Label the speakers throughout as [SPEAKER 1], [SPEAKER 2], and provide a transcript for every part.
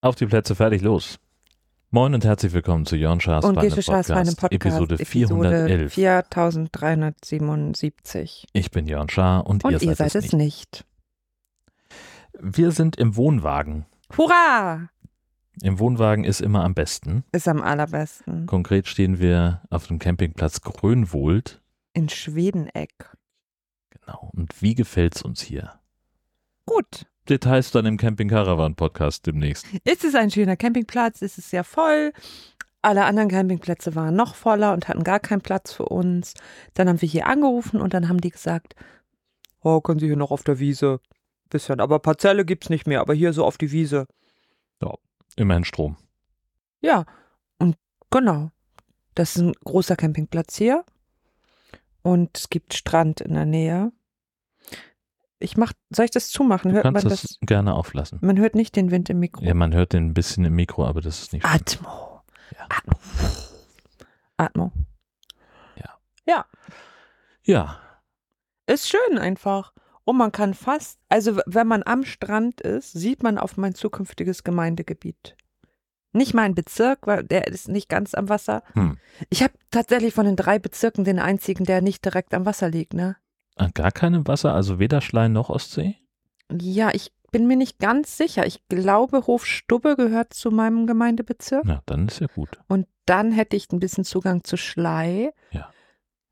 [SPEAKER 1] Auf die Plätze, fertig, los. Moin und herzlich willkommen zu Jörn Schaas
[SPEAKER 2] Und
[SPEAKER 1] Feine
[SPEAKER 2] Gesche Schaas Feine Podcast,
[SPEAKER 1] Episode 411.
[SPEAKER 2] 4377.
[SPEAKER 1] Ich bin Jörn Schaar und,
[SPEAKER 2] Und
[SPEAKER 1] ihr seid, es nicht.
[SPEAKER 2] nicht.
[SPEAKER 1] Wir sind im Wohnwagen.
[SPEAKER 2] Hurra!
[SPEAKER 1] Im Wohnwagen ist immer am besten.
[SPEAKER 2] Ist am allerbesten.
[SPEAKER 1] Konkret stehen wir auf dem Campingplatz Grönwohlt.
[SPEAKER 2] In Schwedeneck.
[SPEAKER 1] Genau. Und wie gefällt's uns hier?
[SPEAKER 2] Gut.
[SPEAKER 1] Details dann im Camping Caravan Podcast demnächst.
[SPEAKER 2] Ist es ein schöner Campingplatz? Ist es sehr voll? Alle anderen Campingplätze waren noch voller und hatten gar keinen Platz für uns. Dann haben wir hier angerufen und dann haben die gesagt, oh, können Sie hier noch auf der Wiese? Bisschen, aber Parzelle gibt's nicht mehr, aber hier so auf die Wiese.
[SPEAKER 1] Immerhin Strom.
[SPEAKER 2] Ja, und genau. Das ist ein großer Campingplatz hier. Und es gibt Strand in der Nähe. Ich mach, soll ich das zumachen?
[SPEAKER 1] Du
[SPEAKER 2] Hört man
[SPEAKER 1] kannst
[SPEAKER 2] das?
[SPEAKER 1] das gerne auflassen.
[SPEAKER 2] Man hört nicht den Wind im Mikro. Ah.
[SPEAKER 1] Ja, man hört den ein bisschen im Mikro, aber das ist nicht schlimm.
[SPEAKER 2] Atmo.
[SPEAKER 1] Ja.
[SPEAKER 2] Atmo. Atmo.
[SPEAKER 1] Ja,
[SPEAKER 2] Ist schön einfach. Und man kann fast, also w- wenn man am Strand ist, sieht man auf mein zukünftiges Gemeindegebiet. Nicht mein Bezirk, weil der ist nicht ganz am Wasser.
[SPEAKER 1] Hm.
[SPEAKER 2] Ich habe tatsächlich von den drei Bezirken den einzigen, der nicht direkt am Wasser liegt, ne?
[SPEAKER 1] Ah, gar keine Wasser, also weder Schlein noch Ostsee?
[SPEAKER 2] Ja, ich bin mir nicht ganz sicher. Ich glaube, Hofstubbe gehört zu meinem Gemeindebezirk.
[SPEAKER 1] Na, dann ist ja gut.
[SPEAKER 2] Und dann hätte ich ein bisschen Zugang zu Schlei.
[SPEAKER 1] Ja.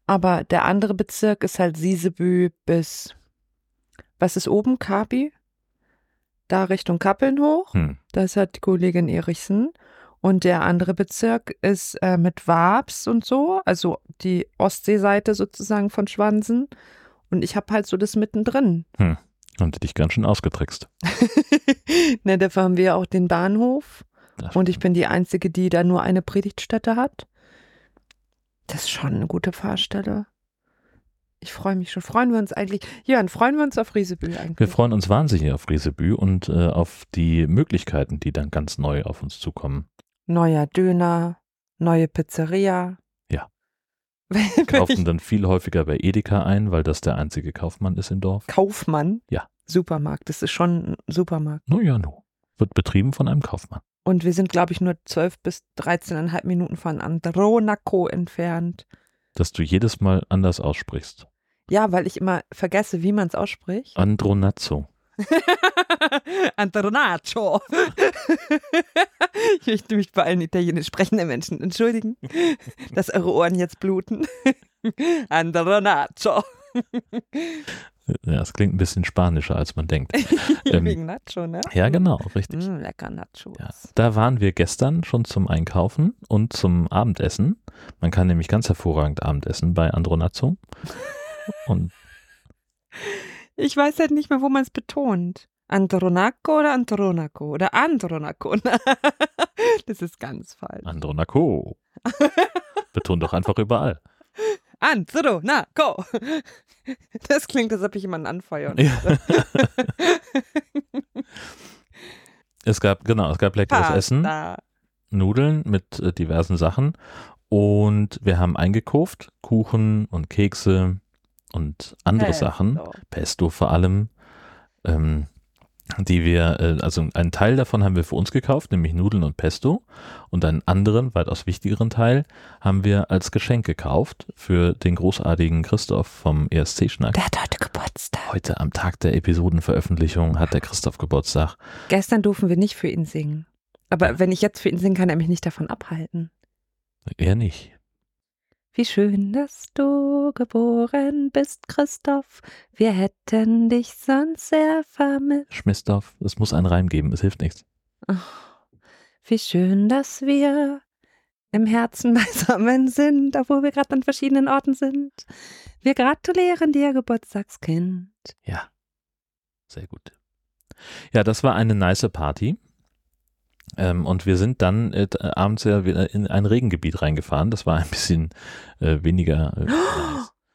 [SPEAKER 2] Aber der andere Bezirk ist halt Siesebü bis, was ist oben, Kabi? Da Richtung Kappeln hoch.
[SPEAKER 1] Hm.
[SPEAKER 2] Das hat die Kollegin Erichsen. Und der andere Bezirk ist äh, mit Wabs und so, also die Ostseeseite sozusagen von Schwansen. Und ich habe halt so das mittendrin.
[SPEAKER 1] Haben sie dich ganz schön ausgetrickst.
[SPEAKER 2] Na, Ne, dafür haben wir auch den Bahnhof.
[SPEAKER 1] Das
[SPEAKER 2] Und ich bin die Einzige, die da nur eine Predigtstätte hat. Das ist schon eine gute Fahrstelle. Ich freue mich schon. Freuen wir uns eigentlich. Jörn, freuen wir uns auf Riesebühl
[SPEAKER 1] Wir
[SPEAKER 2] eigentlich?
[SPEAKER 1] freuen uns wahnsinnig auf Riesebü und äh, auf die Möglichkeiten, die dann ganz neu auf uns zukommen.
[SPEAKER 2] Neuer Döner, neue Pizzeria.
[SPEAKER 1] Ja.
[SPEAKER 2] Wenn
[SPEAKER 1] Kaufen
[SPEAKER 2] ich,
[SPEAKER 1] dann viel häufiger bei Edeka ein, weil das der einzige Kaufmann ist im
[SPEAKER 2] Genau.
[SPEAKER 1] Dorf.
[SPEAKER 2] Kaufmann.
[SPEAKER 1] Ja.
[SPEAKER 2] Supermarkt. Das ist schon ein Supermarkt.
[SPEAKER 1] No, ja, no. Wird betrieben von einem Kaufmann.
[SPEAKER 2] Und wir sind, glaube ich, nur 12 bis 13,5 Minuten von Andronaco entfernt.
[SPEAKER 1] Dass du jedes Mal anders aussprichst.
[SPEAKER 2] Ja, weil ich immer vergesse, wie man es ausspricht.
[SPEAKER 1] Andronazzo.
[SPEAKER 2] Antonaccio. ich möchte mich bei allen italienisch sprechenden Menschen entschuldigen, dass eure Ohren jetzt bluten. Antonaccio.
[SPEAKER 1] Ähm, Ja, das klingt ein bisschen spanischer, als man denkt. Ähm,
[SPEAKER 2] Wegen Nacho, ne?
[SPEAKER 1] Ja, genau, richtig.
[SPEAKER 2] Mm, lecker Nachos.
[SPEAKER 1] Ja, da waren wir gestern schon zum Einkaufen und zum Abendessen. Man kann nämlich ganz hervorragend Abendessen bei Andronazzo. Und
[SPEAKER 2] Ich weiß halt nicht mehr, wo man es betont. Andronaco oder Andronaco oder Andronaco. das ist ganz falsch.
[SPEAKER 1] Andronaco. Beton doch einfach überall.
[SPEAKER 2] Andronaco. Das klingt, als ob ich jemanden anfeuern
[SPEAKER 1] Ja. es gab, genau, es gab leckeres Essen.
[SPEAKER 2] Pasta.
[SPEAKER 1] Nudeln mit äh, diversen Sachen und wir haben eingekauft, Kuchen und Kekse und andere
[SPEAKER 2] Hey,
[SPEAKER 1] Sachen,
[SPEAKER 2] so.
[SPEAKER 1] Pesto vor allem, ähm, die wir, äh, also einen Teil davon haben wir für uns gekauft, nämlich Nudeln und Pesto und einen anderen, weitaus wichtigeren Teil haben wir als Geschenk gekauft für den großartigen Christoph vom E ESC-Schnack.
[SPEAKER 2] Der hat heute Geburtstag.
[SPEAKER 1] Heute am Tag der Episodenveröffentlichung hat der Christoph Geburtstag.
[SPEAKER 2] Gestern durften wir nicht für ihn singen. Aber wenn ich jetzt für ihn singen kann, er mich nicht davon abhalten.
[SPEAKER 1] Er nicht.
[SPEAKER 2] Wie schön, dass du geboren bist, Christoph. Wir hätten dich sonst sehr vermisst.
[SPEAKER 1] Schmissdorf, es muss einen Reim geben, es hilft nichts.
[SPEAKER 2] Ach, Oh, Wie schön, dass wir im Herzen beisammen sind, obwohl wir gerade an verschiedenen Orten sind. Wir gratulieren dir, Geburtstagskind.
[SPEAKER 1] Ja. Sehr gut. Ja, das war eine nice Party. Ähm, und wir sind dann äh, abends ja wieder in ein Regengebiet reingefahren. Das war ein bisschen äh, weniger. Äh, nice.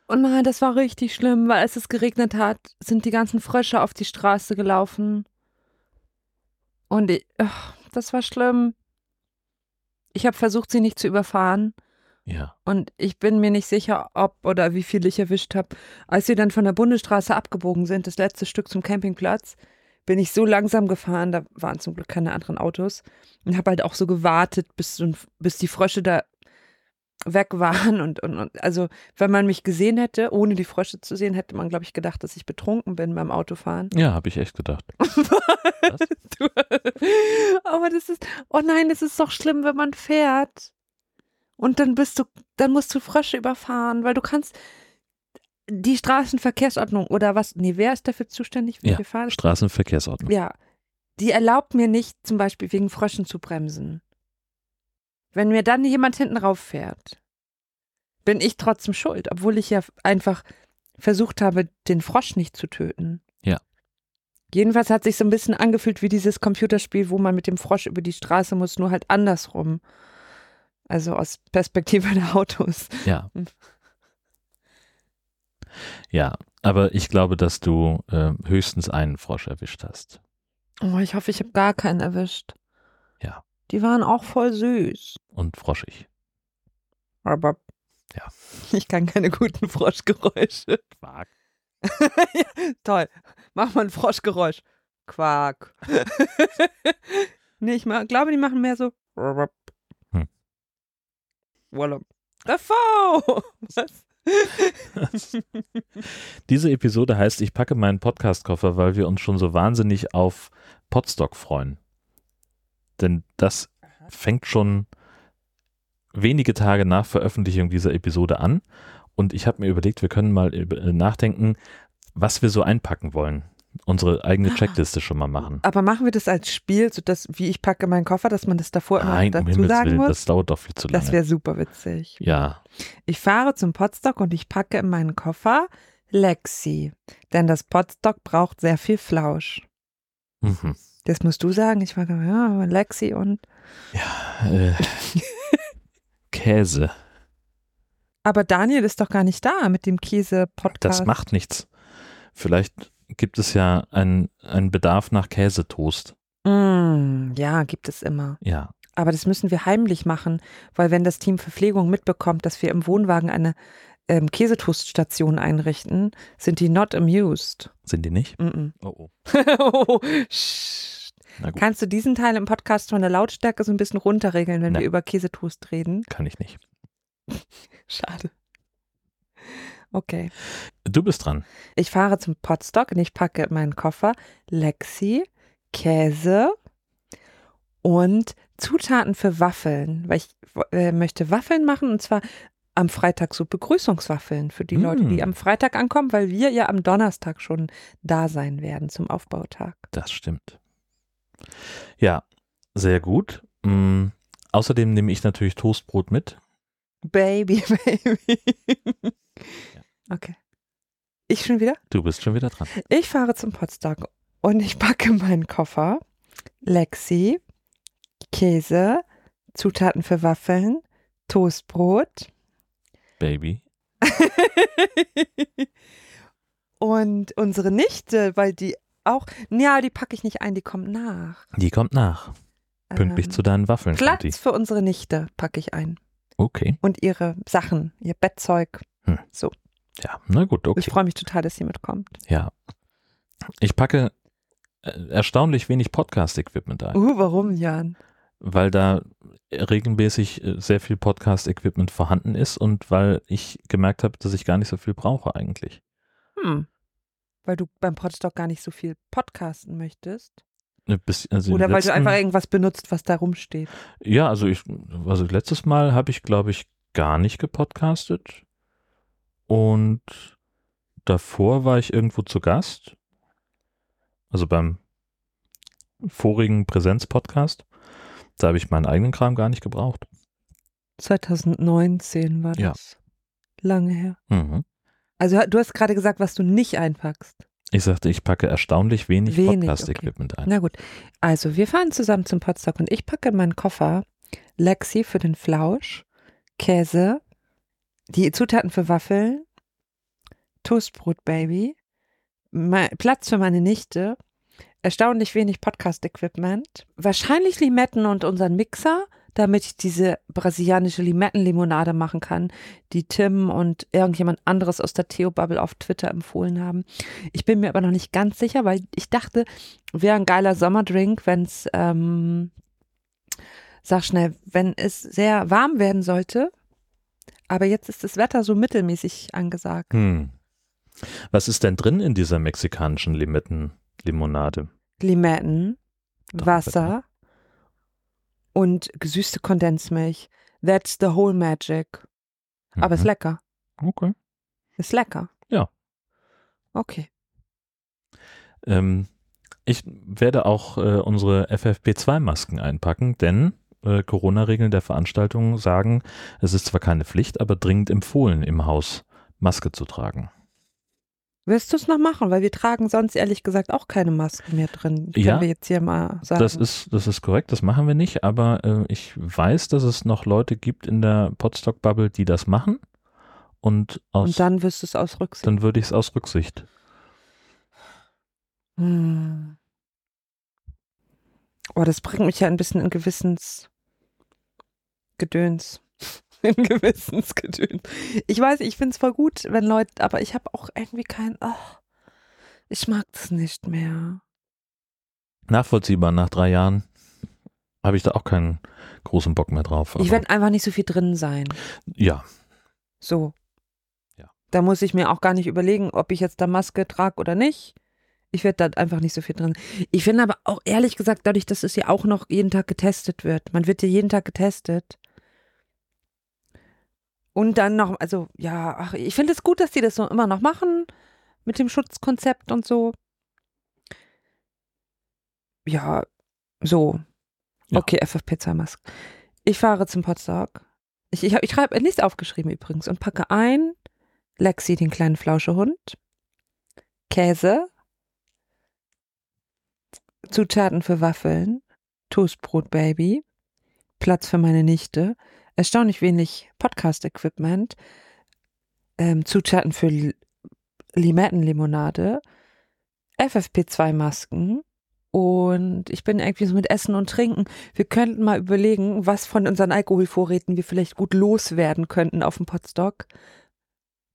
[SPEAKER 2] Und Oh nein, das war richtig schlimm, weil als es geregnet hat, sind die ganzen Frösche auf die Straße gelaufen. Und ich, ach, das war schlimm. Ich habe versucht, sie nicht zu überfahren.
[SPEAKER 1] Ja.
[SPEAKER 2] Und ich bin mir nicht sicher, ob oder wie viel ich erwischt habe. Als wir dann von der Bundesstraße abgebogen sind, das letzte Stück zum Campingplatz, bin ich so langsam gefahren, da waren zum Glück keine anderen Autos und habe halt auch so gewartet, bis, so ein- bis die Frösche da weg waren und, und, und also wenn man mich gesehen hätte, ohne die Frösche zu sehen, hätte man glaube ich gedacht, dass ich betrunken bin beim Autofahren.
[SPEAKER 1] Ja, habe ich echt gedacht.
[SPEAKER 2] Du- Aber das ist, oh nein, das ist doch schlimm, wenn man fährt. Und dann bist du, dann musst du Frösche überfahren, weil du kannst die Straßenverkehrsordnung oder was, nee, wer ist dafür zuständig, wie
[SPEAKER 1] Ja.
[SPEAKER 2] wir fahren?
[SPEAKER 1] Straßenverkehrsordnung.
[SPEAKER 2] Ja, die erlaubt mir nicht, zum Beispiel wegen Fröschen zu bremsen. Wenn mir dann jemand hinten rauffährt, bin ich trotzdem schuld, obwohl ich ja einfach versucht habe, den Frosch nicht zu töten.
[SPEAKER 1] Ja.
[SPEAKER 2] Jedenfalls hat sich so ein bisschen angefühlt wie dieses Computerspiel, wo man mit dem Frosch über die Straße muss, nur halt andersrum. Also aus Perspektive der Autos.
[SPEAKER 1] Ja. Ja, aber ich glaube, dass du äh, höchstens einen Frosch erwischt hast.
[SPEAKER 2] Oh, ich hoffe, ich habe gar keinen erwischt.
[SPEAKER 1] Ja.
[SPEAKER 2] Die waren auch voll süß.
[SPEAKER 1] Und froschig.
[SPEAKER 2] Aber
[SPEAKER 1] Ja.
[SPEAKER 2] ich kann keine guten Froschgeräusche.
[SPEAKER 1] Quark.
[SPEAKER 2] Ja, Toll. Mach mal ein Froschgeräusch. Quark. nee, ich ma- glaube, die machen mehr so.
[SPEAKER 1] Hm.
[SPEAKER 2] Wallop. Davon! Was?
[SPEAKER 1] Diese Episode heißt, ich packe meinen Podcast-Koffer, weil wir uns schon so wahnsinnig auf Podstock freuen. Denn das fängt schon wenige Tage nach Veröffentlichung dieser Episode an. Und ich habe mir überlegt, wir können mal über- äh, nachdenken, was wir so einpacken wollen. Unsere eigene Checkliste schon mal machen.
[SPEAKER 2] Aber machen wir das als Spiel, so dass, wie ich packe meinen Koffer, dass man das davor immer
[SPEAKER 1] Nein, um
[SPEAKER 2] Oh, dazu
[SPEAKER 1] Himmels
[SPEAKER 2] sagen
[SPEAKER 1] Willen,
[SPEAKER 2] muss?
[SPEAKER 1] das dauert doch viel zu
[SPEAKER 2] Das
[SPEAKER 1] lange.
[SPEAKER 2] wäre super witzig.
[SPEAKER 1] Ja,
[SPEAKER 2] Ich fahre zum Potsdok und ich packe in meinen Koffer Lexi. Denn das Potsdok braucht sehr viel Flausch.
[SPEAKER 1] mhm.
[SPEAKER 2] Das musst du sagen. Ich war ja, Lexi und.
[SPEAKER 1] äh, Käse.
[SPEAKER 2] Aber Daniel ist doch gar nicht da mit dem Käse-Podcast.
[SPEAKER 1] Das macht nichts. Vielleicht gibt es ja einen, einen Bedarf nach Käsetoast.
[SPEAKER 2] Mm, ja, gibt es immer.
[SPEAKER 1] Ja,
[SPEAKER 2] Aber das müssen wir heimlich machen, weil wenn das Team Verpflegung mitbekommt, dass wir im Wohnwagen eine ähm, Käsetoaststation einrichten, sind die not amused.
[SPEAKER 1] sind die nicht?
[SPEAKER 2] Mm
[SPEAKER 1] Oh, oh.
[SPEAKER 2] -mm. oh, shh.
[SPEAKER 1] Na gut, kann,
[SPEAKER 2] Kannst du diesen Teil im Podcast von der Lautstärke so ein bisschen runterregeln, wenn
[SPEAKER 1] Nein.
[SPEAKER 2] wir über Käsetoast reden?
[SPEAKER 1] ich nicht.
[SPEAKER 2] Schade. Okay.
[SPEAKER 1] Du bist dran.
[SPEAKER 2] Ich fahre zum Potsdok und ich packe in meinen Koffer Lexi, Käse und Zutaten für Waffeln, weil ich äh, möchte Waffeln machen und zwar am Freitag so Begrüßungswaffeln für die Leute, die
[SPEAKER 1] Mm.
[SPEAKER 2] am Freitag ankommen, weil wir ja am Donnerstag schon da sein werden zum Aufbautag.
[SPEAKER 1] Das stimmt. Ja, sehr gut. Mm, außerdem nehme ich natürlich Toastbrot mit.
[SPEAKER 2] Baby, baby. Okay. Ich schon wieder?
[SPEAKER 1] Du bist schon wieder dran.
[SPEAKER 2] Ich fahre zum Potsdok und ich packe meinen Koffer. Lexi, Käse, Zutaten für Waffeln, Toastbrot
[SPEAKER 1] Baby.
[SPEAKER 2] und unsere Nichte, weil die auch, ja, die packe ich nicht ein, die kommt nach.
[SPEAKER 1] Die kommt nach. Pünktlich
[SPEAKER 2] Ähm,
[SPEAKER 1] zu deinen Waffeln. kommt die.
[SPEAKER 2] Platz für unsere Nichte packe ich ein
[SPEAKER 1] Okay.
[SPEAKER 2] und ihre Sachen, ihr Bettzeug.
[SPEAKER 1] Ja, na gut, okay.
[SPEAKER 2] Ich freue mich total, dass sie mitkommt.
[SPEAKER 1] Ja. Ich packe äh, erstaunlich wenig Podcast-Equipment ein,
[SPEAKER 2] Uh, warum, Jan?
[SPEAKER 1] weil da regelmäßig äh, sehr viel Podcast-Equipment vorhanden ist und weil ich gemerkt habe, dass ich gar nicht so viel brauche eigentlich.
[SPEAKER 2] Hm. Weil du beim Potsdok gar nicht so viel podcasten möchtest.
[SPEAKER 1] Ne, Bis, also im
[SPEAKER 2] Oder weil
[SPEAKER 1] letzten-
[SPEAKER 2] du einfach e- irgendwas benutzt, was da rumsteht.
[SPEAKER 1] Ja, also ich, also letztes Mal habe ich, glaube ich, gar nicht gepodcastet. Und davor war ich irgendwo zu Gast. Also beim vorigen Präsenz-Podcast. Da habe ich meinen eigenen Kram gar nicht gebraucht.
[SPEAKER 2] 2019 war
[SPEAKER 1] Ja.
[SPEAKER 2] das. Lange her.
[SPEAKER 1] Mhm.
[SPEAKER 2] Also du hast gerade gesagt, was du nicht einpackst.
[SPEAKER 1] Ich sagte, ich packe erstaunlich wenig,
[SPEAKER 2] Wenig,
[SPEAKER 1] Podcast-Equipment ein.
[SPEAKER 2] Na gut. Also wir fahren zusammen zum Potsdok und ich packe in meinen Koffer Lexi für den Flausch, Käse, die Zutaten für Waffeln, Toastbrot Baby, me- Platz für meine Nichte, erstaunlich wenig Podcast-Equipment, wahrscheinlich Limetten und unseren Mixer, damit ich diese brasilianische Limettenlimonade machen kann, die Tim und irgendjemand anderes aus der Theo-Bubble auf Twitter empfohlen haben. Ich bin mir aber noch nicht ganz sicher, weil ich dachte, wäre ein geiler Sommerdrink, wenn es, ähm, sag schnell, wenn es sehr warm werden sollte. Aber jetzt ist das Wetter so mittelmäßig angesagt.
[SPEAKER 1] Hm. Was ist denn drin in dieser mexikanischen Limettenlimonade?
[SPEAKER 2] Limetten,
[SPEAKER 1] Doch,
[SPEAKER 2] Wasser und gesüßte Kondensmilch. That's the whole magic. Aber ist
[SPEAKER 1] Mhm.
[SPEAKER 2] lecker.
[SPEAKER 1] Okay.
[SPEAKER 2] Ist lecker.
[SPEAKER 1] Ja.
[SPEAKER 2] Okay.
[SPEAKER 1] Ähm, ich werde auch äh, unsere FFP2-Masken einpacken, denn äh, Corona-Regeln der Veranstaltung sagen, es ist zwar keine Pflicht, aber dringend empfohlen, im Haus Maske zu tragen.
[SPEAKER 2] Willst du es noch machen? Weil wir tragen sonst ehrlich gesagt auch keine Masken mehr drin. Können
[SPEAKER 1] Ja.
[SPEAKER 2] wir jetzt hier mal sagen.
[SPEAKER 1] Das ist, das ist korrekt, das machen wir nicht, aber äh, ich weiß, dass es noch Leute gibt in der Podstock-Bubble, die das machen. Und, aus,
[SPEAKER 2] und dann wirst du es aus Rücksicht.
[SPEAKER 1] dann würde ich es aus Rücksicht.
[SPEAKER 2] Hm. Oh, das bringt mich ja ein bisschen in Gewissensgedöns. In Gewissensgedöns. Ich weiß, ich finde es voll gut, wenn Leute, aber ich habe auch irgendwie kein, ach, ich mag das nicht mehr.
[SPEAKER 1] Nachvollziehbar, nach drei Jahren habe ich da auch keinen großen Bock mehr drauf.
[SPEAKER 2] Ich
[SPEAKER 1] aber-
[SPEAKER 2] werde einfach nicht so viel drin sein.
[SPEAKER 1] ja,
[SPEAKER 2] So.
[SPEAKER 1] Ja.
[SPEAKER 2] Da muss ich mir auch gar nicht überlegen, ob ich jetzt da Maske trage oder nicht. Ich werde da einfach nicht so viel drin. Ich finde aber auch ehrlich gesagt, dadurch, dass es ja auch noch jeden Tag getestet wird. Man wird ja jeden Tag getestet. Und dann noch, also ja, ach, ich finde es gut, dass die das so immer noch machen mit dem Schutzkonzept und so. Ja, so.
[SPEAKER 1] Ja.
[SPEAKER 2] Okay, FFP2-Maske. Ich fahre zum Potsdok. Ich, ich, hab- ich habe nichts aufgeschrieben übrigens und packe ein Lexi, den kleinen Flauschehund, Käse, Zutaten für Waffeln, Toastbrot Baby, Platz für meine Nichte, erstaunlich wenig Podcast-Equipment, ähm, Zutaten für L- Limettenlimonade, FFP2-Masken und ich bin irgendwie so mit Essen und Trinken. Wir könnten mal überlegen, was von unseren Alkoholvorräten wir vielleicht gut loswerden könnten auf dem Podstock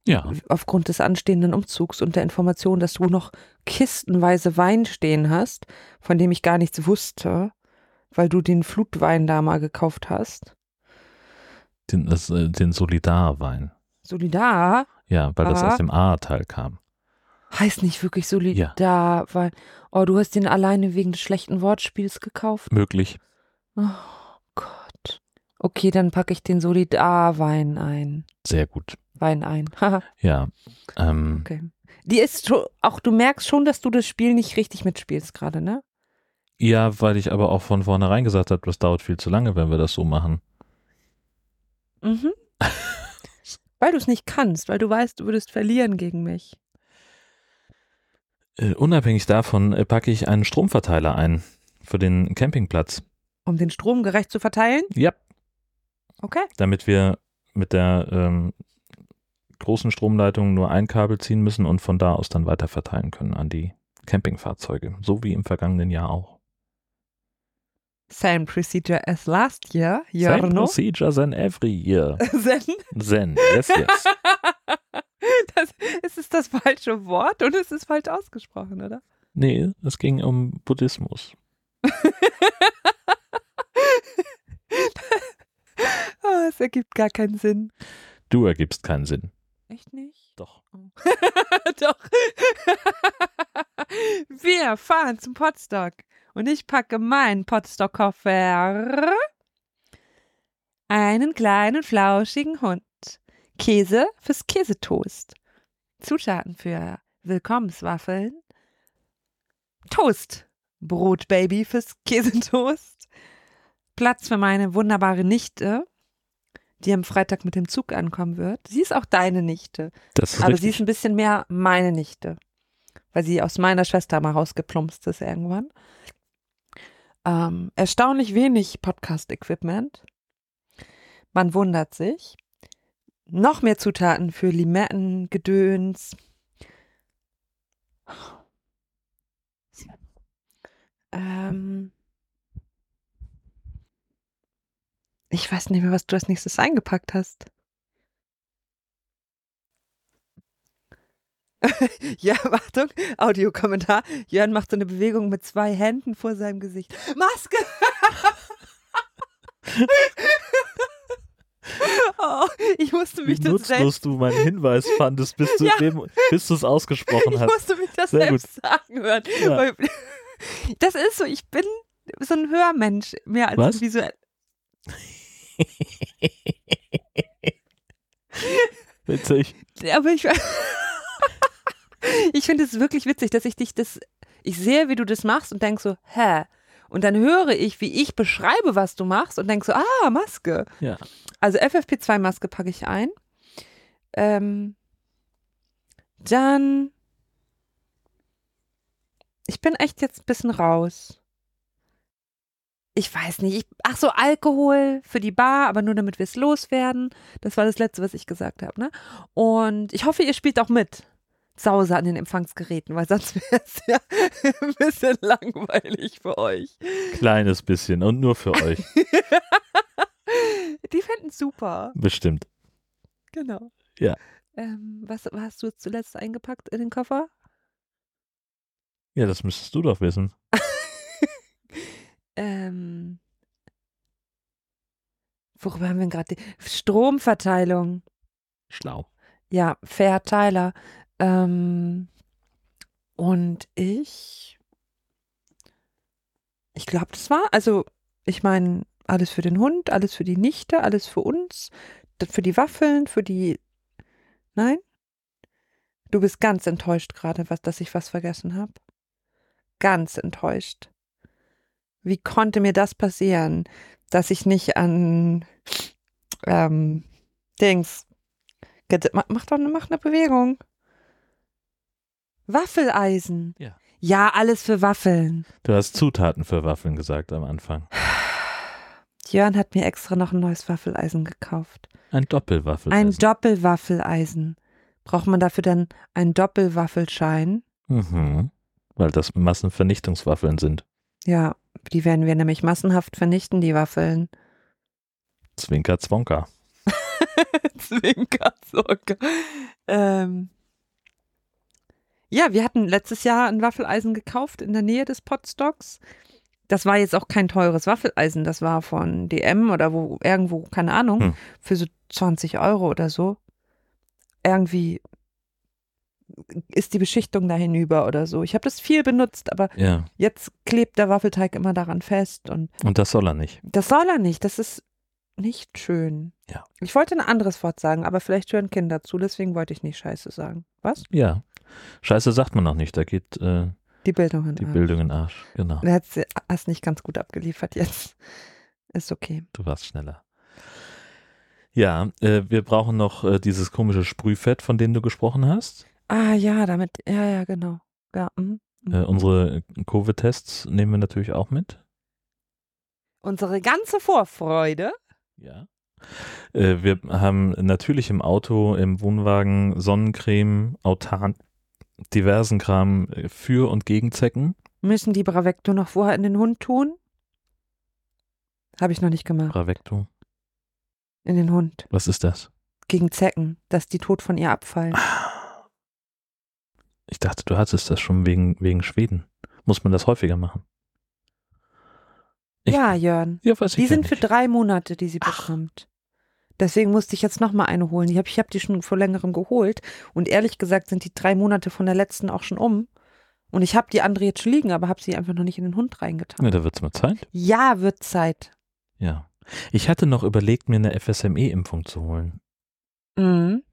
[SPEAKER 1] ja.
[SPEAKER 2] aufgrund des anstehenden Umzugs und der Information, dass du noch kistenweise Wein stehen hast, von dem ich gar nichts wusste, weil du den Flutwein da mal gekauft hast.
[SPEAKER 1] Den, das, äh, den Solidarwein.
[SPEAKER 2] Solidar
[SPEAKER 1] Ja, weil das
[SPEAKER 2] Ah.
[SPEAKER 1] aus dem A-Teil kam.
[SPEAKER 2] heißt nicht wirklich solidar, weil oh, du hast den alleine wegen des schlechten Wortspiels gekauft.
[SPEAKER 1] Möglich.
[SPEAKER 2] Oh Gott. Okay, dann packe ich den Solidar-Wein ein.
[SPEAKER 1] Sehr gut.
[SPEAKER 2] Wein ein. Haha,
[SPEAKER 1] Ja. Ähm,
[SPEAKER 2] okay. Die ist schon, auch du merkst schon, dass du das Spiel nicht richtig mitspielst gerade, ne?
[SPEAKER 1] Ja, weil ich aber auch von vornherein gesagt habe, das dauert viel zu lange, wenn wir das so machen.
[SPEAKER 2] Mhm. weil du es nicht kannst, weil du weißt, du würdest verlieren gegen mich.
[SPEAKER 1] Äh, unabhängig davon äh, packe ich einen Stromverteiler ein für den Campingplatz.
[SPEAKER 2] Um den Strom gerecht zu verteilen?
[SPEAKER 1] Ja,
[SPEAKER 2] Okay.
[SPEAKER 1] damit wir mit der ähm, großen Stromleitung nur ein Kabel ziehen müssen und von da aus dann weiter verteilen können an die Campingfahrzeuge. So wie im vergangenen Jahr auch.
[SPEAKER 2] Same procedure as last year,
[SPEAKER 1] Same
[SPEAKER 2] Jorno.
[SPEAKER 1] procedure than every year.
[SPEAKER 2] Zen.
[SPEAKER 1] Zen. Yes, yes.
[SPEAKER 2] Das, es ist das falsche Wort und es ist falsch ausgesprochen, oder?
[SPEAKER 1] Nee, es ging um Buddhismus.
[SPEAKER 2] Ah, es ergibt gar keinen Sinn.
[SPEAKER 1] Du ergibst keinen Sinn.
[SPEAKER 2] Echt nicht?
[SPEAKER 1] Doch.
[SPEAKER 2] Doch. Wir fahren zum Potsdok und ich packe meinen Potsdok-Koffer. Einen kleinen flauschigen Hund. Käse fürs Käsetoast. Zutaten für Willkommenswaffeln. Toast. Brotbaby fürs Käsetoast. Platz für meine wunderbare Nichte, die am Freitag mit dem Zug ankommen wird. Sie ist auch deine Nichte.
[SPEAKER 1] Das ist
[SPEAKER 2] Aber sie
[SPEAKER 1] richtig.
[SPEAKER 2] ist ein bisschen mehr meine Nichte, weil sie aus meiner Schwester mal rausgeplumpst ist irgendwann. Ähm, erstaunlich wenig Podcast-Equipment. Man wundert sich. Noch mehr Zutaten für Limetten, Gedöns. Ähm, Ich weiß nicht mehr, was du als nächstes eingepackt hast. ja, Achtung, Audiokommentar. Jörn macht so eine Bewegung mit zwei Händen vor seinem Gesicht. Maske! oh, ich musste
[SPEAKER 1] Wie
[SPEAKER 2] mich das selbst,
[SPEAKER 1] nutzlos du meinen Hinweis fandest, bis du
[SPEAKER 2] Ja.
[SPEAKER 1] dem- bis du es ausgesprochen
[SPEAKER 2] ich
[SPEAKER 1] hast.
[SPEAKER 2] musste mich das
[SPEAKER 1] Sehr gut.
[SPEAKER 2] selbst sagen hören.
[SPEAKER 1] Ja.
[SPEAKER 2] Weil- Das ist so, ich bin so ein Hörmensch, mehr als
[SPEAKER 1] Was?
[SPEAKER 2] ein visuell.
[SPEAKER 1] Witzig.
[SPEAKER 2] Aber ich, ich finde es wirklich witzig, dass ich dich das, ich sehe, wie du das machst und denk so, hä? Und dann höre ich, wie ich beschreibe, was du machst und denk so, ah, Maske.
[SPEAKER 1] Ja.
[SPEAKER 2] Also FFP2-Maske packe ich ein. Ähm, dann, ich bin echt jetzt ein bisschen raus. Ich weiß nicht. Ich, ach so, Alkohol für die Bar, aber nur damit wir es loswerden. Das war das Letzte, was ich gesagt habe. Ne? Und ich hoffe, ihr spielt auch mit. Sause an den Empfangsgeräten, weil sonst wäre es ja ein bisschen langweilig für euch.
[SPEAKER 1] Kleines bisschen und nur für euch.
[SPEAKER 2] Die fänden super.
[SPEAKER 1] Bestimmt.
[SPEAKER 2] Genau.
[SPEAKER 1] Ja.
[SPEAKER 2] Ähm, was, was hast du zuletzt eingepackt in den Koffer?
[SPEAKER 1] Ja, das müsstest du doch wissen.
[SPEAKER 2] Ähm, worüber haben wir denn gerade? die- Stromverteilung.
[SPEAKER 1] Schlau.
[SPEAKER 2] Ja, Verteiler. Ähm, und ich. Ich glaube, das war. Also, ich meine, alles für den Hund, alles für die Nichte, alles für uns, d- für die Waffeln, für die. Nein? Du bist ganz enttäuscht gerade, was, dass ich was vergessen habe. Ganz enttäuscht. Wie konnte mir das passieren, dass ich nicht an ähm, Dings Ged- ma- Mach doch ne- mach eine Bewegung. Waffeleisen.
[SPEAKER 1] Ja.
[SPEAKER 2] Ja, alles für Waffeln.
[SPEAKER 1] Du hast Zutaten für Waffeln gesagt am Anfang.
[SPEAKER 2] Jörn hat mir extra noch ein neues Waffeleisen gekauft.
[SPEAKER 1] Ein Doppelwaffel.
[SPEAKER 2] Ein Doppelwaffeleisen. Braucht man dafür dann einen Doppelwaffelschein?
[SPEAKER 1] mhm. Weil das Massenvernichtungswaffeln sind.
[SPEAKER 2] Ja, die werden wir nämlich massenhaft vernichten, die Waffeln.
[SPEAKER 1] Zwinker, Zwonker.
[SPEAKER 2] Zwinker, Zucker. Ähm. Ja, wir hatten letztes Jahr ein Waffeleisen gekauft in der Nähe des Potstocks. Das war jetzt auch kein teures Waffeleisen, das war von DM oder wo irgendwo, keine Ahnung,
[SPEAKER 1] Hm.
[SPEAKER 2] für so 20 Euro oder so. Irgendwie ist die Beschichtung da hinüber oder so. Ich habe das viel benutzt, aber
[SPEAKER 1] Ja.
[SPEAKER 2] jetzt klebt der Waffelteig immer daran fest und
[SPEAKER 1] Und das soll er nicht.
[SPEAKER 2] das soll er nicht. Das ist nicht schön.
[SPEAKER 1] Ja.
[SPEAKER 2] Ich wollte ein anderes Wort sagen, aber vielleicht hören Kinder zu, deswegen wollte ich nicht Scheiße sagen. Was?
[SPEAKER 1] Ja. Scheiße sagt man noch nicht. Da geht äh,
[SPEAKER 2] Die Bildung in
[SPEAKER 1] die
[SPEAKER 2] Arsch.
[SPEAKER 1] Bildung in den Arsch. Genau.
[SPEAKER 2] Du hast, hast nicht ganz gut abgeliefert jetzt. Ist okay.
[SPEAKER 1] Du warst schneller. Ja, äh, wir brauchen noch äh, dieses komische Sprühfett, von dem du gesprochen hast.
[SPEAKER 2] Ah ja, damit. Ja, ja, genau. Ja, mhm.
[SPEAKER 1] Äh, unsere Covid-Tests nehmen wir natürlich auch mit.
[SPEAKER 2] Unsere ganze Vorfreude.
[SPEAKER 1] Ja. Äh, wir haben natürlich im Auto, im Wohnwagen Sonnencreme, Autan, diversen Kram äh, für und gegen Zecken.
[SPEAKER 2] Müssen die Bravecto noch vorher in den Hund tun? Habe ich noch nicht gemacht.
[SPEAKER 1] Bravecto.
[SPEAKER 2] In den Hund.
[SPEAKER 1] Was ist das?
[SPEAKER 2] Gegen Zecken, dass die tot von ihr abfallen.
[SPEAKER 1] Ich dachte, du hattest das schon wegen, wegen Schweden. Muss man das häufiger machen? Ich-
[SPEAKER 2] ja, Jörn.
[SPEAKER 1] Ja, weiß ich
[SPEAKER 2] Die
[SPEAKER 1] ja
[SPEAKER 2] sind für
[SPEAKER 1] nicht.
[SPEAKER 2] drei Monate, die sie
[SPEAKER 1] Ach.
[SPEAKER 2] bekommt. Deswegen musste ich jetzt nochmal eine holen. Ich habe ich hab die schon vor längerem geholt. Und ehrlich gesagt sind die drei Monate von der letzten auch schon um. Und ich habe die andere jetzt schon liegen, aber habe sie einfach noch nicht in den Hund reingetan.
[SPEAKER 1] Ja, da wird es mal Zeit.
[SPEAKER 2] Ja, wird Zeit.
[SPEAKER 1] Ja. Ich hatte noch überlegt, mir eine FSME-Impfung zu holen.
[SPEAKER 2] Mhm.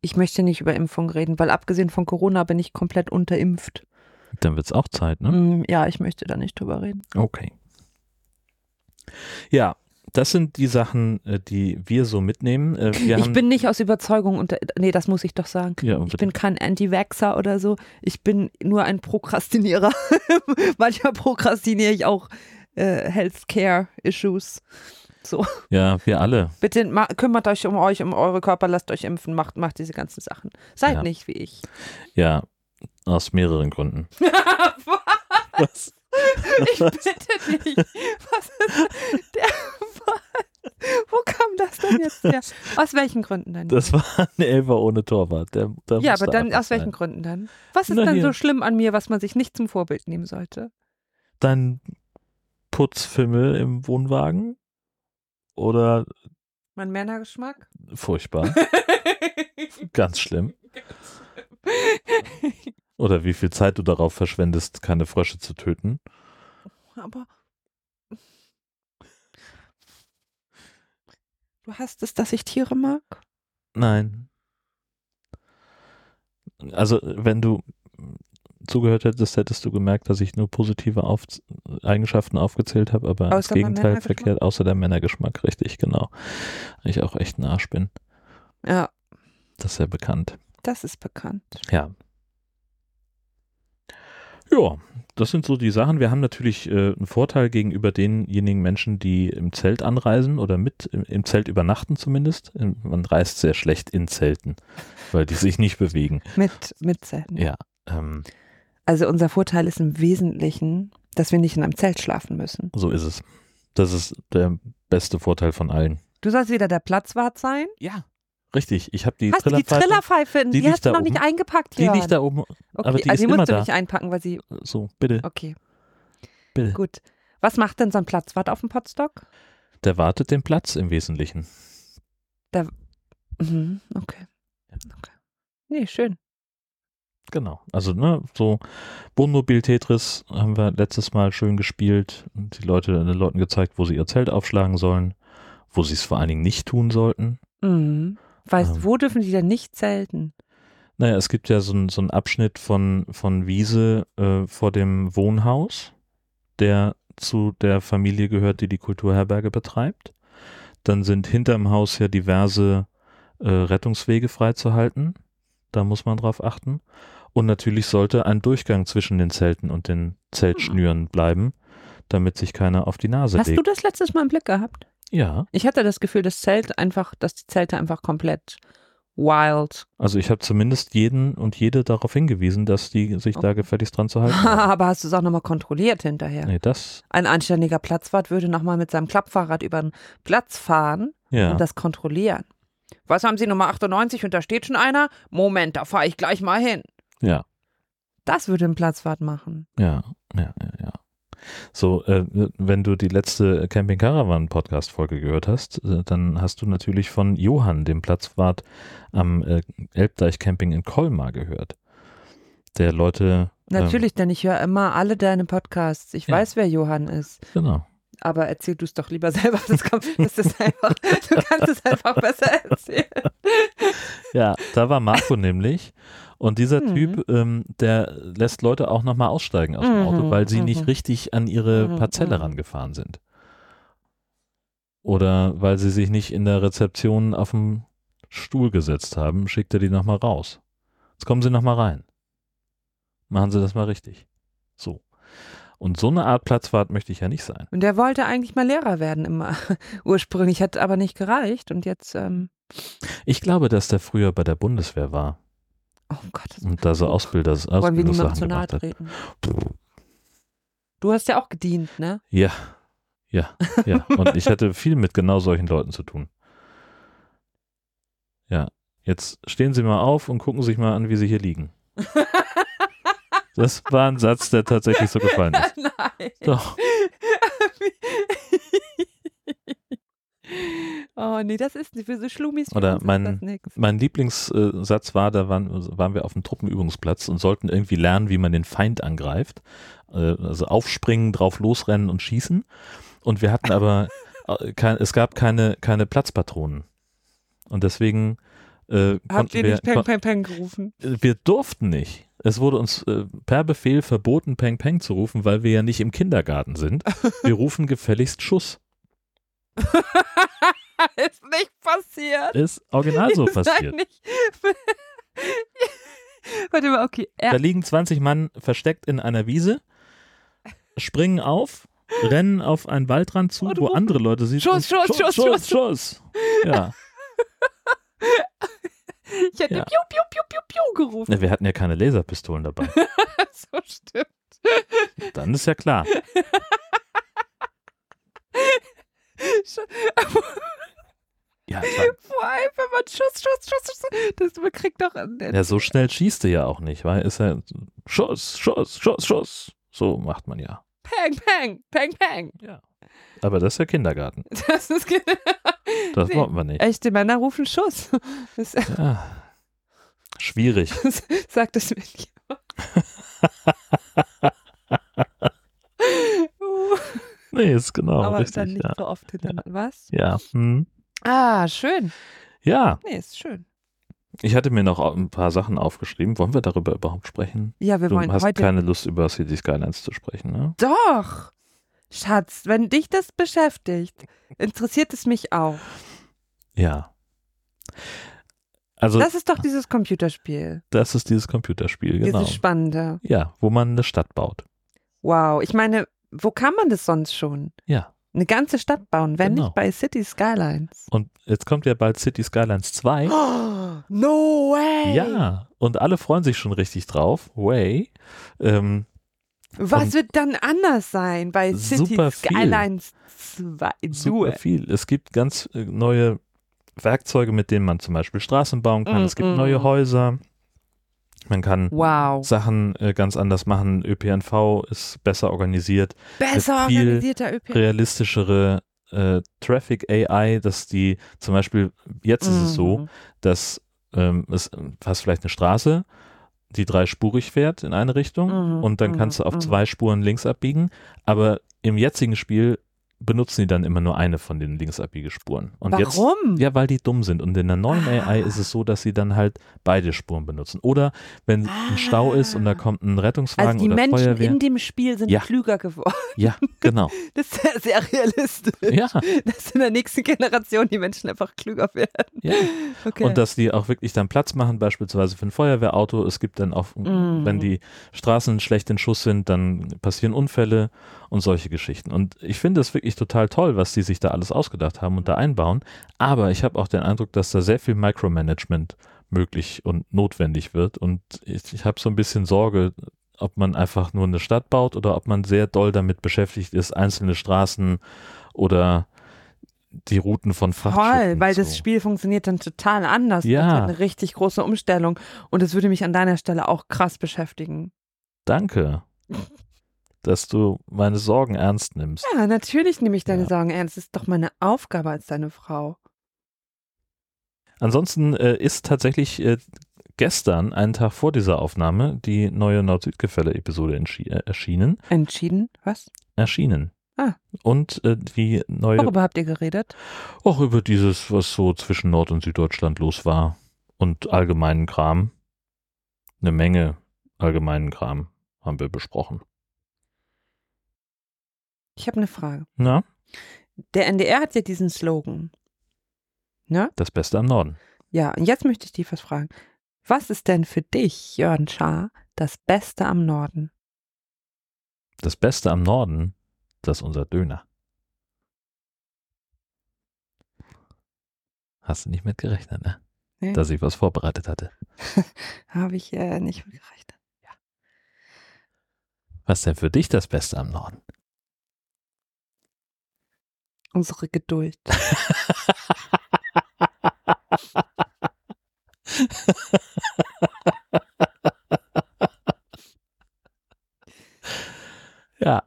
[SPEAKER 2] Ich möchte nicht über Impfung reden, weil abgesehen von Corona bin ich komplett unterimpft.
[SPEAKER 1] Dann wird es auch Zeit, ne?
[SPEAKER 2] Mhm, ja, ich möchte da nicht drüber reden.
[SPEAKER 1] Okay. Ja, das sind die Sachen, äh, die wir so mitnehmen. Äh, Wir
[SPEAKER 2] ich
[SPEAKER 1] haben,
[SPEAKER 2] bin nicht aus Überzeugung unter. Nee, das muss ich doch sagen.
[SPEAKER 1] ja,
[SPEAKER 2] Ich
[SPEAKER 1] unbedingt.
[SPEAKER 2] bin kein Anti-Vaxxer oder so. Ich bin nur ein Prokrastinierer. Manchmal prokrastiniere ich auch äh, Healthcare-Issues.
[SPEAKER 1] ja, wir alle.
[SPEAKER 2] Bitte ma- kümmert euch um euch, um eure Körper, lasst euch impfen, macht, macht diese ganzen Sachen. Seid
[SPEAKER 1] Ja.
[SPEAKER 2] nicht wie ich.
[SPEAKER 1] Ja, aus mehreren Gründen. Was?
[SPEAKER 2] ich bitte dich. Was ist der? denn jetzt der? Aus welchen Gründen denn?
[SPEAKER 1] Das war ein Elfer ohne Torwart. Der, der
[SPEAKER 2] ja,
[SPEAKER 1] musste
[SPEAKER 2] aber dann
[SPEAKER 1] einfach
[SPEAKER 2] aus welchen
[SPEAKER 1] sein.
[SPEAKER 2] Gründen dann? Was ist
[SPEAKER 1] Na,
[SPEAKER 2] dann so
[SPEAKER 1] hier.
[SPEAKER 2] schlimm an mir, was man sich nicht zum Vorbild nehmen sollte?
[SPEAKER 1] Dein Putzfimmel im Wohnwagen oder
[SPEAKER 2] Mein Männergeschmack?
[SPEAKER 1] furchtbar, ganz schlimm. Oder wie viel Zeit du darauf verschwendest, keine Frösche zu töten.
[SPEAKER 2] aber du hast es, dass ich Tiere mag?
[SPEAKER 1] Nein. Also, wenn du zugehört hättest, hättest du gemerkt, dass ich nur positive Auf Eigenschaften aufgezählt habe, aber das
[SPEAKER 2] Außer beim
[SPEAKER 1] Gegenteil
[SPEAKER 2] Männergeschmack?
[SPEAKER 1] verkehrt, außer der Männergeschmack, richtig, genau. Ich auch echt ein Arsch bin.
[SPEAKER 2] Ja,
[SPEAKER 1] Das ist ja bekannt.
[SPEAKER 2] das ist bekannt.
[SPEAKER 1] Ja. Ja, das sind so die Sachen. Wir haben natürlich äh, einen Vorteil gegenüber denjenigen Menschen, die im Zelt anreisen oder mit im, im Zelt übernachten zumindest. Ähm, Man reist sehr schlecht in Zelten, weil die sich nicht bewegen.
[SPEAKER 2] Mit, mit Zelten.
[SPEAKER 1] Ja. Ähm,
[SPEAKER 2] Also unser Vorteil ist im Wesentlichen, dass wir nicht in einem Zelt schlafen müssen.
[SPEAKER 1] so ist es. Das ist der beste Vorteil von allen.
[SPEAKER 2] Du sollst wieder der Platzwart sein.
[SPEAKER 1] Ja. Richtig. Ich habe die
[SPEAKER 2] hast du die
[SPEAKER 1] Trillerpfeife-
[SPEAKER 2] Trillerpfeife? Die,
[SPEAKER 1] die liegt
[SPEAKER 2] hast du
[SPEAKER 1] da
[SPEAKER 2] noch nicht
[SPEAKER 1] oben.
[SPEAKER 2] eingepackt,
[SPEAKER 1] Die
[SPEAKER 2] Jörn.
[SPEAKER 1] liegt da oben.
[SPEAKER 2] Okay,
[SPEAKER 1] aber die
[SPEAKER 2] also
[SPEAKER 1] ist
[SPEAKER 2] die musst
[SPEAKER 1] immer
[SPEAKER 2] du
[SPEAKER 1] da.
[SPEAKER 2] nicht einpacken, weil sie.
[SPEAKER 1] So, bitte,
[SPEAKER 2] Okay,
[SPEAKER 1] bitte.
[SPEAKER 2] gut. Was macht denn so ein Platzwart auf dem Potstock?
[SPEAKER 1] Der wartet den Platz im Wesentlichen.
[SPEAKER 2] Mhm, okay. okay. Nee, schön.
[SPEAKER 1] Genau. Also, ne, so Wohnmobil-Tetris haben wir letztes Mal schön gespielt und die Leute, den Leuten gezeigt, wo sie ihr Zelt aufschlagen sollen, wo sie es vor allen Dingen nicht tun sollten.
[SPEAKER 2] Mhm. Weißt,
[SPEAKER 1] Ähm.
[SPEAKER 2] wo dürfen die denn nicht zelten?
[SPEAKER 1] Naja, es gibt ja so, einen- so einen Abschnitt von, von Wiese äh, vor dem Wohnhaus, der zu der Familie gehört, die die Kulturherberge betreibt. Dann sind hinterm Haus ja diverse äh, Rettungswege freizuhalten. Da muss man drauf achten. Und natürlich sollte ein Durchgang zwischen den Zelten und den Zeltschnüren bleiben, damit sich keiner auf die Nase
[SPEAKER 2] Hast du
[SPEAKER 1] legt.
[SPEAKER 2] das letztes Mal im Blick gehabt?
[SPEAKER 1] Ja,
[SPEAKER 2] Ich hatte das Gefühl, das Zelt einfach, dass die Zelte einfach komplett wild.
[SPEAKER 1] also ich habe zumindest jeden und jede darauf hingewiesen, dass die sich
[SPEAKER 2] Oh.
[SPEAKER 1] da gefälligst dran zu halten haben.
[SPEAKER 2] Aber hast du es auch nochmal kontrolliert hinterher?
[SPEAKER 1] Nee, das,
[SPEAKER 2] Ein anständiger Platzwart würde nochmal mit seinem Klappfahrrad über den Platz fahren
[SPEAKER 1] ja.
[SPEAKER 2] und das kontrollieren. Was haben Sie Nummer 98 und da steht schon einer? Moment, da fahre ich gleich mal hin.
[SPEAKER 1] Ja,
[SPEAKER 2] Das würde ein Platzwart machen.
[SPEAKER 1] ja, ja, ja, ja. So, äh, wenn du die letzte Camping Caravan Podcast Folge gehört hast, äh, dann hast du natürlich von Johann, dem Platzwart am äh, Elbdeich Camping in Colmar gehört. Der Leute.
[SPEAKER 2] Natürlich, denn ich höre immer alle deine Podcasts. Ich
[SPEAKER 1] Ähm. Ja.
[SPEAKER 2] weiß, wer Johann ist.
[SPEAKER 1] Ähm, genau.
[SPEAKER 2] Aber erzähl du es doch lieber selber. Das kommt, das ist einfach, du kannst es einfach besser erzählen.
[SPEAKER 1] Ja, da war Marco nämlich. Und dieser
[SPEAKER 2] Mhm.
[SPEAKER 1] Typ, ähm, der lässt Leute auch nochmal aussteigen aus dem Auto,
[SPEAKER 2] Mhm,
[SPEAKER 1] weil sie
[SPEAKER 2] mhm.
[SPEAKER 1] nicht richtig an ihre
[SPEAKER 2] Mhm,
[SPEAKER 1] Parzelle
[SPEAKER 2] mhm.
[SPEAKER 1] rangefahren sind. Oder weil sie sich nicht in der Rezeption auf dem Stuhl gesetzt haben, schickt er die nochmal raus. Jetzt kommen sie nochmal rein. Machen sie das mal richtig. So. Und so eine Art Platzwart möchte ich ja nicht sein.
[SPEAKER 2] Und der wollte eigentlich mal Lehrer werden immer ursprünglich, hat aber nicht gereicht. Und jetzt, ähm,
[SPEAKER 1] Ich glaube, dass der früher bei der Bundeswehr war
[SPEAKER 2] oh Gott, das
[SPEAKER 1] und da so Ausbilder,
[SPEAKER 2] wollen wir niemandem zu
[SPEAKER 1] Ausbildungssachen
[SPEAKER 2] nahe
[SPEAKER 1] gemacht hat.
[SPEAKER 2] treten. Du hast ja auch gedient, ne?
[SPEAKER 1] Ja, ja, ja. Und ich hatte viel mit genau solchen Leuten zu tun. Ja, jetzt stehen Sie mal auf und gucken sich mal an, wie Sie hier liegen. Das war ein Satz, der tatsächlich so gefallen ist.
[SPEAKER 2] Nein.
[SPEAKER 1] Doch,
[SPEAKER 2] oh nee, das ist nicht für so Schlumis. wie
[SPEAKER 1] Oder
[SPEAKER 2] uns ist
[SPEAKER 1] mein-
[SPEAKER 2] das nix.
[SPEAKER 1] mein Lieblingssatz war, da waren, waren wir auf dem Truppenübungsplatz und sollten irgendwie lernen, wie man den Feind angreift. Äh, Also aufspringen, drauf losrennen und schießen. Und wir hatten aber, äh, kein, es gab keine, keine Platzpatronen. Und deswegen äh,
[SPEAKER 2] Habt
[SPEAKER 1] konnten
[SPEAKER 2] ihr
[SPEAKER 1] wir,
[SPEAKER 2] nicht Peng Peng Peng gerufen?
[SPEAKER 1] wir durften nicht. Es wurde uns äh, per Befehl verboten, Peng Peng zu rufen, weil wir ja nicht im Kindergarten sind. Wir rufen gefälligst Schuss.
[SPEAKER 2] ist nicht passiert.
[SPEAKER 1] Ist original so
[SPEAKER 2] Ihr seid
[SPEAKER 1] passiert.
[SPEAKER 2] nicht- Warte mal, okay.
[SPEAKER 1] Da
[SPEAKER 2] Er,
[SPEAKER 1] liegen 20 Mann versteckt in einer Wiese, springen auf, rennen auf einen Waldrand zu,
[SPEAKER 2] Und
[SPEAKER 1] wo
[SPEAKER 2] rufen,
[SPEAKER 1] andere Leute sie
[SPEAKER 2] Oh, Schuss, Schuss, Schuss,
[SPEAKER 1] Schuss, Schuss. Ja.
[SPEAKER 2] ich hätte
[SPEAKER 1] ja.
[SPEAKER 2] Piu, Piu, Piu, Piu, Piu gerufen.
[SPEAKER 1] Na, Wir hatten ja keine Laserpistolen dabei.
[SPEAKER 2] so stimmt.
[SPEAKER 1] Dann ist ja klar. Ja, es war,
[SPEAKER 2] Vor allem, wenn man Schuss, Schuss, Schuss, Schuss. Das man kriegt doch. Äh,
[SPEAKER 1] ja, so schnell schießt er ja auch nicht, weil ist er Schuss, Schuss, Schuss, Schuss. So macht man ja.
[SPEAKER 2] Peng, peng, peng, peng.
[SPEAKER 1] Aber das ist ja Kindergarten.
[SPEAKER 2] Das ist ge-
[SPEAKER 1] Das
[SPEAKER 2] Nee.
[SPEAKER 1] wollten wir nicht.
[SPEAKER 2] Echte Männer rufen Schuss. Das
[SPEAKER 1] Ja. Schwierig.
[SPEAKER 2] Das sagt das Männchen. Uh,
[SPEAKER 1] Nee, ist genau
[SPEAKER 2] aber
[SPEAKER 1] richtig.
[SPEAKER 2] dann nicht
[SPEAKER 1] Ja.
[SPEAKER 2] so oft hintereinander. Was?
[SPEAKER 1] Ja. Hm.
[SPEAKER 2] Ah, schön.
[SPEAKER 1] ja,
[SPEAKER 2] Nee, ist schön.
[SPEAKER 1] ich hatte mir noch ein paar Sachen aufgeschrieben. Wollen wir darüber überhaupt sprechen?
[SPEAKER 2] Ja, wir
[SPEAKER 1] Du
[SPEAKER 2] wollen
[SPEAKER 1] hast
[SPEAKER 2] heute.
[SPEAKER 1] keine Lust, über City Skylines zu sprechen, ne?
[SPEAKER 2] Doch! Schatz, wenn dich das beschäftigt, interessiert es mich auch.
[SPEAKER 1] Ja. Also, das,
[SPEAKER 2] Das ist doch dieses Computerspiel.
[SPEAKER 1] ist dieses Computerspiel, genau.
[SPEAKER 2] Dieses Spannende.
[SPEAKER 1] Ja, wo man eine Stadt baut.
[SPEAKER 2] Wow. Ich meine, wo kann man das sonst schon?
[SPEAKER 1] Ja.
[SPEAKER 2] Eine ganze Stadt bauen, wenn
[SPEAKER 1] Genau.
[SPEAKER 2] nicht bei City Skylines.
[SPEAKER 1] Und jetzt kommt ja bald City Skylines 2.
[SPEAKER 2] Oh, no way!
[SPEAKER 1] Ja, und alle freuen sich schon richtig drauf. Way. Ähm,
[SPEAKER 2] Was
[SPEAKER 1] Und-
[SPEAKER 2] wird dann anders sein bei City
[SPEAKER 1] Super viel.
[SPEAKER 2] Skylines äh, 2?
[SPEAKER 1] super viel. Es gibt ganz äh, neue Werkzeuge, mit denen man zum Beispiel Straßen bauen kann.
[SPEAKER 2] Mm,
[SPEAKER 1] es gibt
[SPEAKER 2] mm.
[SPEAKER 1] neue Häuser. Man kann
[SPEAKER 2] Wow.
[SPEAKER 1] Sachen äh, ganz anders machen. ÖPNV ist besser organisierter,
[SPEAKER 2] Besser
[SPEAKER 1] viel
[SPEAKER 2] organisierter ÖP.
[SPEAKER 1] realistischere äh, Traffic AI, dass die zum Beispiel, jetzt ist es so,
[SPEAKER 2] Mhm.
[SPEAKER 1] dass ähm, es hast vielleicht eine Straße, die dreispurig fährt in eine Richtung
[SPEAKER 2] Mhm,
[SPEAKER 1] und dann
[SPEAKER 2] mhm,
[SPEAKER 1] kannst du auf
[SPEAKER 2] mhm.
[SPEAKER 1] zwei Spuren links abbiegen, aber im jetzigen Spiel benutzen die dann immer nur eine von den links abbiegespuren. Und jetzt
[SPEAKER 2] Warum?
[SPEAKER 1] ja, weil die dumm sind. Und in der neuen
[SPEAKER 2] Ah.
[SPEAKER 1] AI ist es so, dass sie dann halt beide Spuren benutzen. Oder wenn ein Stau ist und da
[SPEAKER 2] Ah.
[SPEAKER 1] kommt ein Rettungswagen
[SPEAKER 2] also die
[SPEAKER 1] oder
[SPEAKER 2] Menschen
[SPEAKER 1] Feuerwehr.
[SPEAKER 2] in dem Spiel sind
[SPEAKER 1] Ja.
[SPEAKER 2] klüger geworden.
[SPEAKER 1] ja, genau.
[SPEAKER 2] Das ist ja sehr realistisch.
[SPEAKER 1] Ja,
[SPEAKER 2] Dass in der nächsten Generation die Menschen einfach klüger werden.
[SPEAKER 1] ja.
[SPEAKER 2] Okay.
[SPEAKER 1] Und dass die auch wirklich dann Platz machen, beispielsweise für ein Feuerwehrauto. Es gibt dann auch,
[SPEAKER 2] Mhm.
[SPEAKER 1] wenn die Straßen schlecht in Schuss sind, dann passieren Unfälle und solche Geschichten. Und ich finde es wirklich total toll, was die sich da alles ausgedacht haben und da einbauen. Aber ich habe auch den Eindruck, dass da sehr viel Micromanagement möglich und notwendig wird. Und ich, ich habe so ein bisschen Sorge, ob man einfach nur eine Stadt baut oder ob man sehr doll damit beschäftigt ist, einzelne Straßen oder die Routen von Frachtschiffen.
[SPEAKER 2] Toll, weil
[SPEAKER 1] zu.
[SPEAKER 2] das Spiel funktioniert dann total anders.
[SPEAKER 1] Ja.
[SPEAKER 2] Das ist eine richtig große Umstellung. Und das würde mich an deiner Stelle auch krass beschäftigen.
[SPEAKER 1] Danke, dass du meine Sorgen ernst nimmst.
[SPEAKER 2] Ja, natürlich nehme ich deine
[SPEAKER 1] Ja.
[SPEAKER 2] Sorgen ernst. Das ist doch meine Aufgabe als deine Frau.
[SPEAKER 1] Ansonsten äh, ist tatsächlich äh, gestern, einen Tag vor dieser Aufnahme, die neue Nord-Süd-Gefälle-Episode entschi- äh, erschienen.
[SPEAKER 2] Entschieden? Was?
[SPEAKER 1] erschienen.
[SPEAKER 2] Ah.
[SPEAKER 1] Und äh, die neue,
[SPEAKER 2] Worüber habt ihr geredet?
[SPEAKER 1] auch über dieses, was so zwischen Nord- und Süddeutschland los war und allgemeinen Kram. Eine Menge allgemeinen Kram haben wir besprochen.
[SPEAKER 2] Ich habe eine Frage.
[SPEAKER 1] Na,
[SPEAKER 2] Der NDR hat ja diesen Slogan.
[SPEAKER 1] das Beste am Norden.
[SPEAKER 2] Ja, und jetzt möchte ich dich was fragen. Was ist denn für dich, Jörn Schaar, das Beste am Norden?
[SPEAKER 1] Das Beste am Norden, das ist unser Döner. Hast du nicht mit gerechnet, ne?
[SPEAKER 2] Nee.
[SPEAKER 1] Dass ich was vorbereitet hatte.
[SPEAKER 2] Habe ich äh, nicht mit gerechnet.
[SPEAKER 1] Was denn für dich das Beste am Norden?
[SPEAKER 2] Unsere Geduld.
[SPEAKER 1] Ja.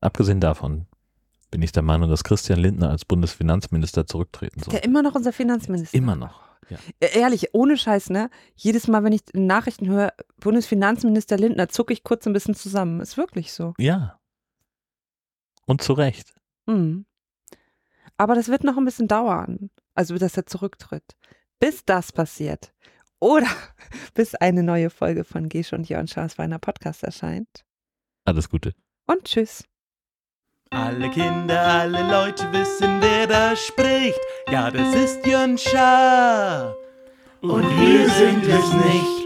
[SPEAKER 1] Abgesehen davon bin ich der Meinung, dass Christian Lindner als Bundesfinanzminister zurücktreten soll.
[SPEAKER 2] Der immer noch unser Finanzminister.
[SPEAKER 1] Immer noch.
[SPEAKER 2] Äh, Ehrlich, ohne Scheiß, ne? Jedes Mal, wenn ich Nachrichten höre, Bundesfinanzminister Lindner, zucke ich kurz ein bisschen zusammen. Ist wirklich so.
[SPEAKER 1] Ja. Und zu Recht.
[SPEAKER 2] Hm. Aber das wird noch ein bisschen dauern. Also, dass er zurücktritt. Bis das passiert. Oder bis eine neue Folge von Gesche und Jörn Schaas Weiner Podcast erscheint.
[SPEAKER 1] Alles Gute.
[SPEAKER 2] Und tschüss.
[SPEAKER 3] Alle Kinder, alle Leute wissen, wer da spricht. Ja, das ist Jön Schaar. Und wir sind es nicht.